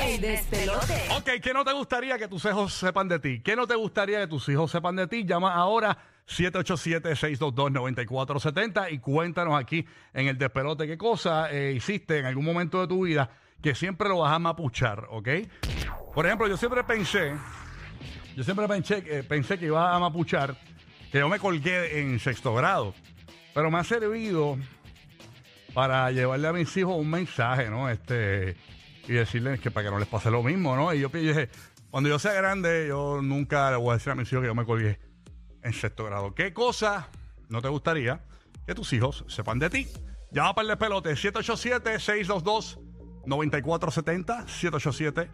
El despelote. Ok, ¿qué no te gustaría que tus hijos sepan de ti? ¿Qué no te gustaría que tus hijos sepan de ti? Llama ahora 787-622-9470 y cuéntanos aquí en el despelote qué cosa eh, hiciste en algún momento de tu vida que siempre lo vas a mapuchar, ¿ok? Por ejemplo, yo siempre pensé, yo siempre pensé, eh, pensé que iba a mapuchar, que yo me colgué en sexto grado, pero me ha servido para llevarle a mis hijos un mensaje, ¿no? Este y decirles que para que no les pase lo mismo, ¿no? Y yo pi- dije, cuando yo sea grande, yo nunca le voy a decir a mis hijos que yo me colgué en sexto grado. ¿Qué cosa no te gustaría que tus hijos sepan de ti? Llama para el pelote 787-622-9470.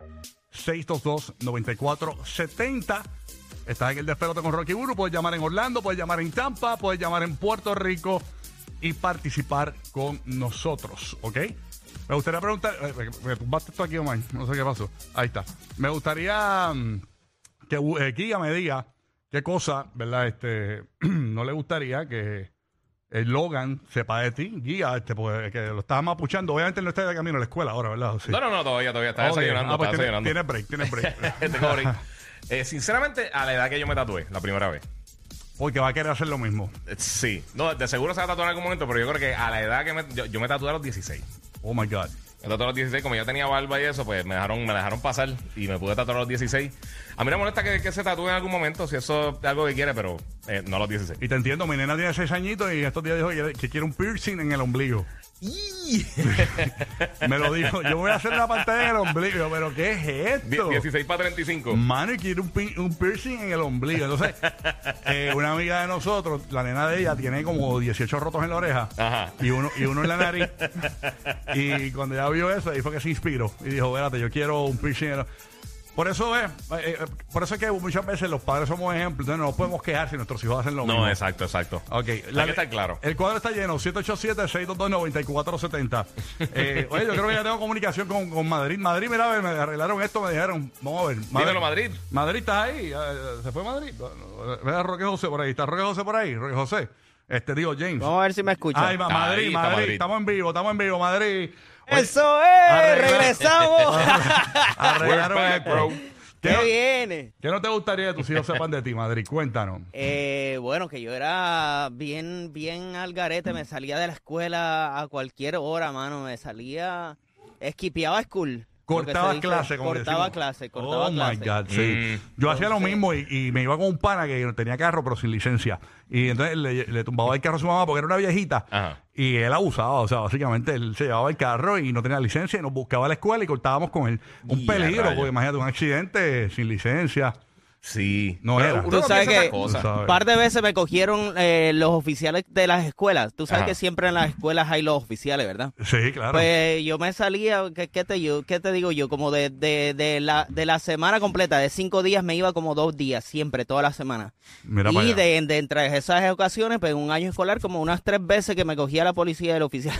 787-622-9470. Estás en el despelote con Rocky Buru. Puedes llamar en Orlando, puedes llamar en Tampa, puedes llamar en Puerto Rico y participar con nosotros, ¿ok? Me gustaría preguntar. eh, Me, me tumbaste esto aquí, Omar. No sé qué pasó. Ahí está. Me gustaría mm, que Bu- eh, Giga me diga qué cosa, ¿verdad? Este, no le gustaría que el Logan sepa de ti. Guía, este, pues, que lo estaba mapuchando. Obviamente él no está de camino a la escuela ahora, ¿verdad? Sí. No, no, no, todavía, todavía. Está Ok. desayunando, Ah, pues está tiene, desayunando. tiene break, tiene break. Tengo break. Eh, sinceramente, a la edad que yo me tatué, la primera vez. Porque va a querer hacer lo mismo. Eh, Sí. No, de seguro se va a tatuar en algún momento, pero yo creo que a la edad que me... Yo, yo me tatué a los 16. Oh my God. Me tatué a los 16, como ya tenía barba y eso, pues me dejaron, me dejaron pasar y me pude tatuar a los 16. A mí no me molesta que, que se tatúe en algún momento, si eso es algo que quiere, pero eh, no a los 16. Y te entiendo, mi nena tiene seis añitos y estos días dijo que- que quiere un piercing en el ombligo. Me lo dijo. Yo voy a hacer la pantalla en el ombligo. Yo, ¿Pero qué es Die- esto? 16 para 35. Mano, y quiere un, pi- un piercing en el ombligo. Entonces, eh, una amiga de nosotros, la nena de ella, tiene como 18 rotos en la oreja Ajá. y uno y uno en la nariz. y cuando ella vio eso, ahí fue que se inspiró y dijo, espérate, yo quiero un piercing. en el-". Por eso es, eh, eh, por eso es que muchas veces los padres somos ejemplos, entonces no nos podemos quejar si nuestros hijos hacen lo mismo. No, exacto, exacto. Ok, que estar claro. El cuadro está lleno, 787-622-9470. Eh, oye, yo creo que ya tengo comunicación con, con Madrid. Madrid, mira, me arreglaron esto, me dijeron, vamos a ver. Dímelo, Madrid. Madrid, ¿estás ahí? Eh, ¿Se fue Madrid? Bueno, eh, Mira, Roque José por ahí. ¿Está Roque José por ahí? Roque José. Este, digo, James. Vamos a ver si me escuchan. Ay, va, Ahí Madrid, está Madrid, Madrid. Estamos en vivo, estamos en vivo, Madrid. Oye, ¡Eso es! Arregla- ¡Regresamos! Arreglaron We're back, esto. bro. ¿Qué, ¡Qué no- viene! qué no te gustaría que tus hijos sepan de ti, Madrid? Cuéntanos. Eh, bueno, que yo era bien, bien al garete. Me salía de la escuela a cualquier hora, mano. Me salía... Esquipeaba school. lo que se Cortaba dice. clase, como Cortaba decimos. clase, cortaba oh clase. my God, sí. Yo hacía lo mismo y, y me iba con un pana que tenía carro, pero sin licencia. Y entonces le, le tumbaba el carro a su mamá porque era una viejita. Ajá. Y él abusaba, o sea, básicamente él se llevaba el carro y no tenía licencia y nos buscaba a la escuela y cortábamos con él. Un Y a peligro, rayos. porque imagínate un accidente sin licencia. Sí. No Pero era. uno Tú no sabes piensa que esas cosas. Tú sabes. un par de veces me cogieron eh, los oficiales de las escuelas. Tú sabes Ajá. que siempre en las escuelas hay los oficiales, ¿verdad? Sí, claro. Pues yo me salía, ¿qué, qué te, yo, qué te digo yo? Como de, de, de, la, de la semana completa, de cinco días me iba como dos días, siempre, toda la semana. Mira para y allá. de, de entre esas ocasiones, pues en un año escolar, como unas tres veces que me cogía la policía del oficial.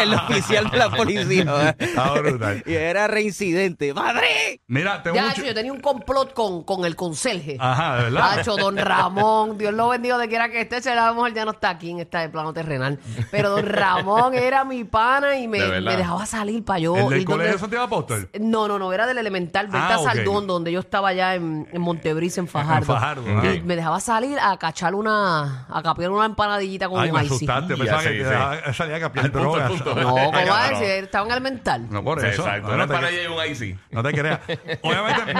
el oficial de la policía. ¿verdad? Está brutal. y era reincidente. ¡Madre! Mira, tengo Ya, mucho... cho, yo tenía un complot con, con el conserje. Ajá, de verdad. Hacho, don Ramón, Dios lo bendiga de quiera que esté, será, a lo mejor ya no está aquí en este plano terrenal. Pero don Ramón era mi pana y me, De verdad. me dejaba salir para yo. ¿El ir donde- del colegio Santiago Apóstol? No, no, no, era del elemental, Berta Ah, ok. Saldón, donde yo estaba allá en, en Montebrisa, en Fajardo. Fajardo, Y ah. me dejaba salir a cachar una, a capear una empanadillita con Ay, un me icy. asustaste. Pensaba Ya, que sí, te sí. dejaba- salía a capiar Al punto, al drogas. punto. No, ¿cómo Ay, va a cabrón. decir? Estaba en elemental. No, por Sí, eso. No, Exacto. No no es te- para ella y un IC. No te creas. Obviamente, me,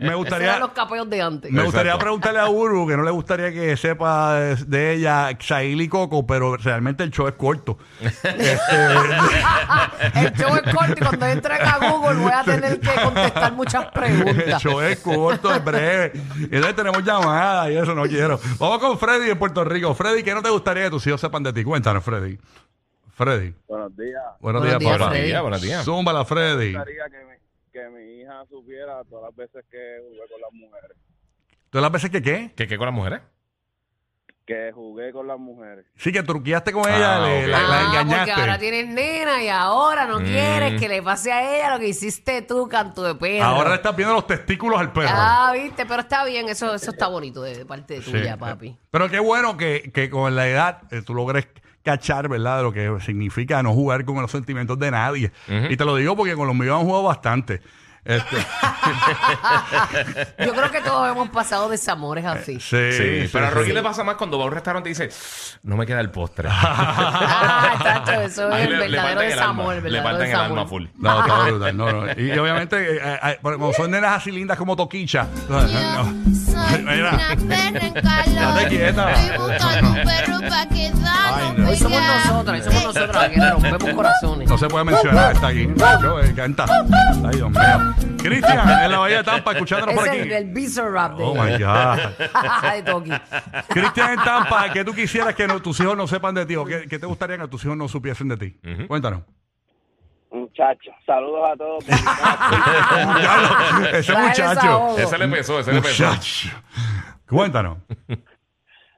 me Esos gustaría. eran los capeos de antes. Me gustaría Exacto. preguntarle a Uru, que no le gustaría que sepa de, de ella, Xail y Coco, pero realmente el show es corto. el show es corto y cuando entren a Google voy a tener que contestar muchas el preguntas. show es corto, es breve. Y entonces tenemos llamadas y eso no quiero. Vamos con Freddy de Puerto Rico. Freddy, ¿qué no te gustaría que tus hijos sepan de ti? Cuéntanos, Freddy. Freddy. Buenos días. Buenos Buenos, días, días, Buenos papá. Freddy. días, buenos días. Zúmbala, Freddy. Me gustaría que mi, que mi hija supiera todas las veces que jugué con las mujeres. ¿Tú las veces que qué? ¿Qué, qué con las mujeres? Que jugué con las mujeres. Sí, que truqueaste con ella, Ah, le- ok. la, la Ah, engañaste. porque ahora tienes nena y ahora no Mm. quieres que le pase a ella lo que hiciste tú, canto de perro. Ahora le estás viendo los testículos al perro. Ah, viste, pero está bien, eso, eso está bonito de, de parte de Sí. tuya, papi. Pero qué bueno que, que con la edad eh, tú logres cachar, ¿verdad? Lo que significa no jugar con los sentimientos de nadie. Y te lo digo porque con los míos han jugado bastante. Este, Yo creo que todos hemos pasado desamores así. sí, Sí, sí, pero a Rocky sí. le pasa más cuando va a un restaurante y dice, no me queda el postre. Ah, tacho, eso es Ahí el verdadero parten el alma, desamor, Le verdadero parten el desamor. alma full. No, está brutal. No, no. Y, y obviamente, eh, eh, pero como son nenas así lindas como Toquicha. No, no, no. Soy Mira. una perra en calor. Estate quieta. Estoy buscando un perro para Ay, quedarnos no. Hoy somos pegados. nosotras, hoy somos nosotras las que rompemos corazones. No se puede mencionar, está aquí. Yo, eh, canta. Ay, Dios mío. Cristian, en la Bahía de Tampa, escuchándonos Es por el, el aquí. Beezer Rap de, Oh my God. de Toki. Cristian en Tampa, ¿qué tú quisieras que no- tus hijos no sepan de ti o qué, qué te gustaría que tus hijos no supiesen de ti? Cuéntanos. Muchachos, saludos a todos. Diablo, ese Trae muchacho. desahogo. Ese le pesó, ese le pesó. Muchacho. Cuéntanos.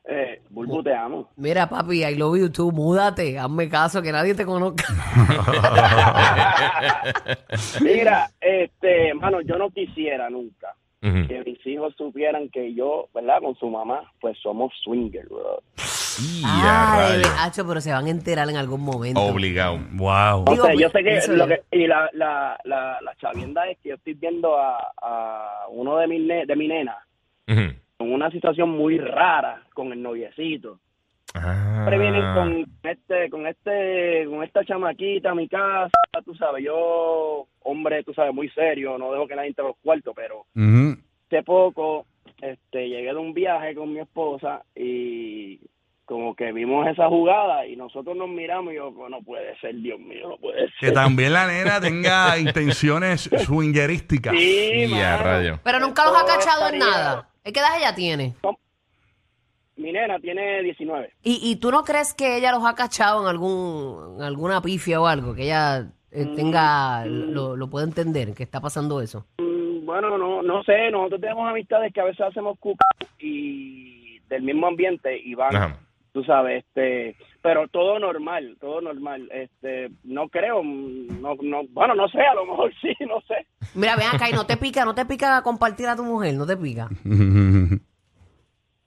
eh, Bulbu, te amo. Mira, papi, I love you too, múdate, hazme caso, que nadie te conozca. Mira, este, mano, yo no quisiera nunca Ujú. que mis hijos supieran que yo, ¿verdad? Con su mamá, pues somos swingers, bro. Y a Ay, rayos. hacho, pero se van a enterar en algún momento. Obligado. Wow. O sea, Digo, pues, yo sé eso que, lo es. que y la, la, la, la chavienda es que yo estoy viendo a, a uno de mis ne- de mi nena Ujú. en una situación muy rara con el noviecito. Ah. Siempre vienen con este, con este, con esta chamaquita a mi casa, tú sabes, yo, hombre, tú sabes, muy serio, no dejo que nadie entre los cuartos, pero Ujú. hace poco este llegué de un viaje con mi esposa y como que vimos esa jugada y nosotros nos miramos y yo "Oh, no puede ser Dios mío no puede Que ser también la nena tenga intenciones swingerísticas. sí, Y a mano. rayo. Pero nunca los ha Todo cachado en estaría- nada. ¿Eh, ¿Qué edad ella tiene? mi nena tiene 19 ¿Y, y tú no crees que ella los ha cachado en algún en alguna pifia o algo? Que ella eh, tenga, lo, lo pueda entender, que está pasando eso. Mm, bueno no no sé nosotros tenemos amistades que a veces hacemos cuca y del mismo ambiente y van Ajá. tú sabes este pero todo normal todo normal este no creo mm, no no bueno no sé a lo mejor sí no sé Mira, ven acá y no te pica, no te pica compartir a tu mujer, no te pica. Ujú.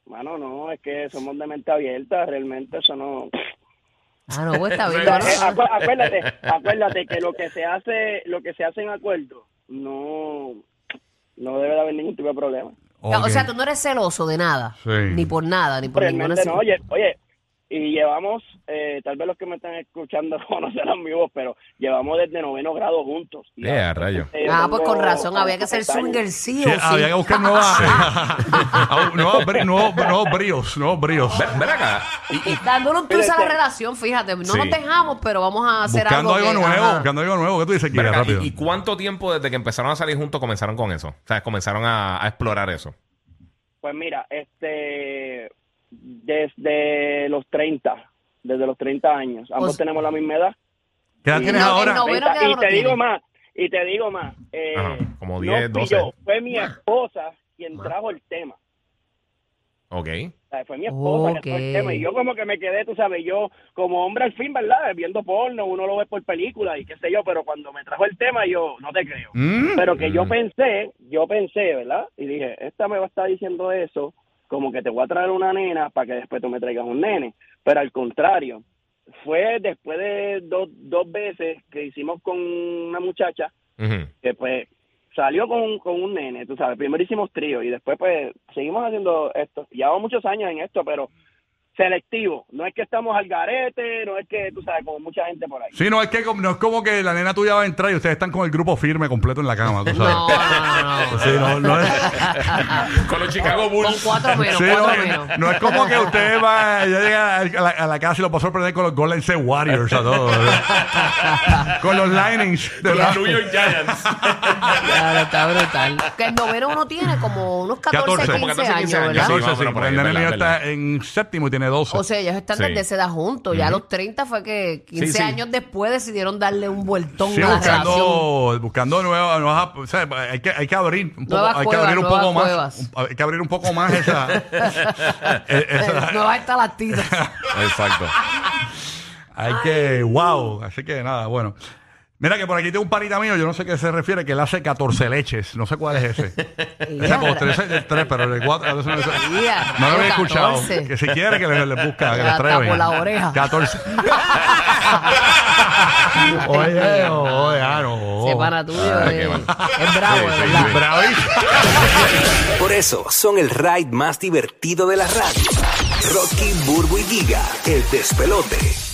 Mano, no, es que somos de mente abierta, realmente eso no... Ah, no, pues está bien. Pero, no, eh, no, no. acu- acuérdate, acuérdate que lo que se hace, lo que se hace en acuerdo, no, no debe de haber ningún tipo de problema. O sea, Ok. tú no eres celoso de nada. Sí. Ni por nada, ni por ninguna Realmente no, situación. oye, oye, y llevamos, eh, tal vez los que me están escuchando conocerán mi voz, pero llevamos desde noveno grado juntos. Y Eh, a rayo. ahora, eh, yo Ah, pues tengo con razón, había que ser 40 swinger años. sí Sí, o sí. Había que buscar nuevas, au- nuevos, bri- nuevos- nuevos bríos, nuevos bríos. Ven, ven acá. Y- y- Dándole un twist a la Fíjate. relación, fíjate. No Sí. nos dejamos, pero vamos a hacer Buscando algo, algo. que- nuevo, ajá. buscando algo nuevo. ¿Qué tú dices, ven Kira? acá, Rápido. ¿Y, y cuánto tiempo desde que empezaron a salir juntos comenzaron con eso? O sea, comenzaron a, a explorar eso. Pues mira, este, desde los 30, desde los 30 años, ambos Pues- tenemos la misma edad. ¿Qué edad Y tienes no- ahora? en noveno Ahorita- que ahora y te tiene. digo más, y te digo más. eh, Ajá, como no 10, fui 12. yo, fue mi esposa quien trajo el tema. Ok. O sea, fue mi esposa que trajo el Ok. tema. Y yo como que me quedé, tú sabes, yo como hombre al fin, ¿verdad? Viendo porno, uno lo ve por película y qué sé yo, pero cuando me trajo el tema yo no te creo. Mm, Pero que yo Mm. pensé, yo pensé, ¿verdad? Y dije, esta me va a estar diciendo eso, como que te voy a traer una nena para que después tú me traigas un nene. Pero al contrario, fue después de dos, dos veces que hicimos con una muchacha, Ujú. que pues salió con, un- con un nene, tú sabes, primero hicimos trío y después pues seguimos haciendo esto. Llevamos muchos años en esto, pero selectivo. No es que estamos al garete, no es que, tú sabes, como mucha gente por ahí. Sí, no es, que, com- no es como que la nena tuya va a entrar y ustedes están con el grupo firme completo en la cama, tú No, sabes. no, no, no. Sí, no, no es, Con los Chicago Con Bulls. cuatro menos, sí, cuatro no, menos. no es como que ustedes van ya llega a la, a la casa y lo pasó a perder con los Golden State Warriors a todos. ¿verdad? con los Linings. De Con los verdad. New York Giants. Claro, está brutal. Que el noveno uno tiene como unos 14, 14, 15, como 14, 15 años, años, ¿verdad? 14, sí. más o sí, menos por pero el ahí, nene mío ¿verdad? está en séptimo y tiene 12. O sea, ellos están Sí. desde esa edad juntos. Ya a los 30 fue que 15 sí. años después decidieron darle un vueltón Sí, a la relación. buscando, buscando nuevas, nuevas o sea, hay, que, hay que abrir un poco, Nuevas hay que cuevas, abrir un nuevas poco más, cuevas. un- hay que abrir un poco más esa, e- esa- Eh, No va a estar las titas. Exacto. hay que, wow, así que nada, bueno. Mira que por aquí tengo un panita mío, yo no sé qué se refiere, que él hace 14 leches, no sé cuál es ese. Ese como tres, el tres, pero el cuatro, a veces no, me sale. Ya, No lo había 14. escuchado. Que si quiere que le, le busca, que Ya, le hasta treve. por la oreja. 14. Oye, oye, ah, no. Separa tuyo. Ah, eh, qué mal. es bravo, Sí, es sí, verdad. sí. Bravo. Por eso son el ride más divertido de la radio. Rocky, Burbu y Giga, el despelote.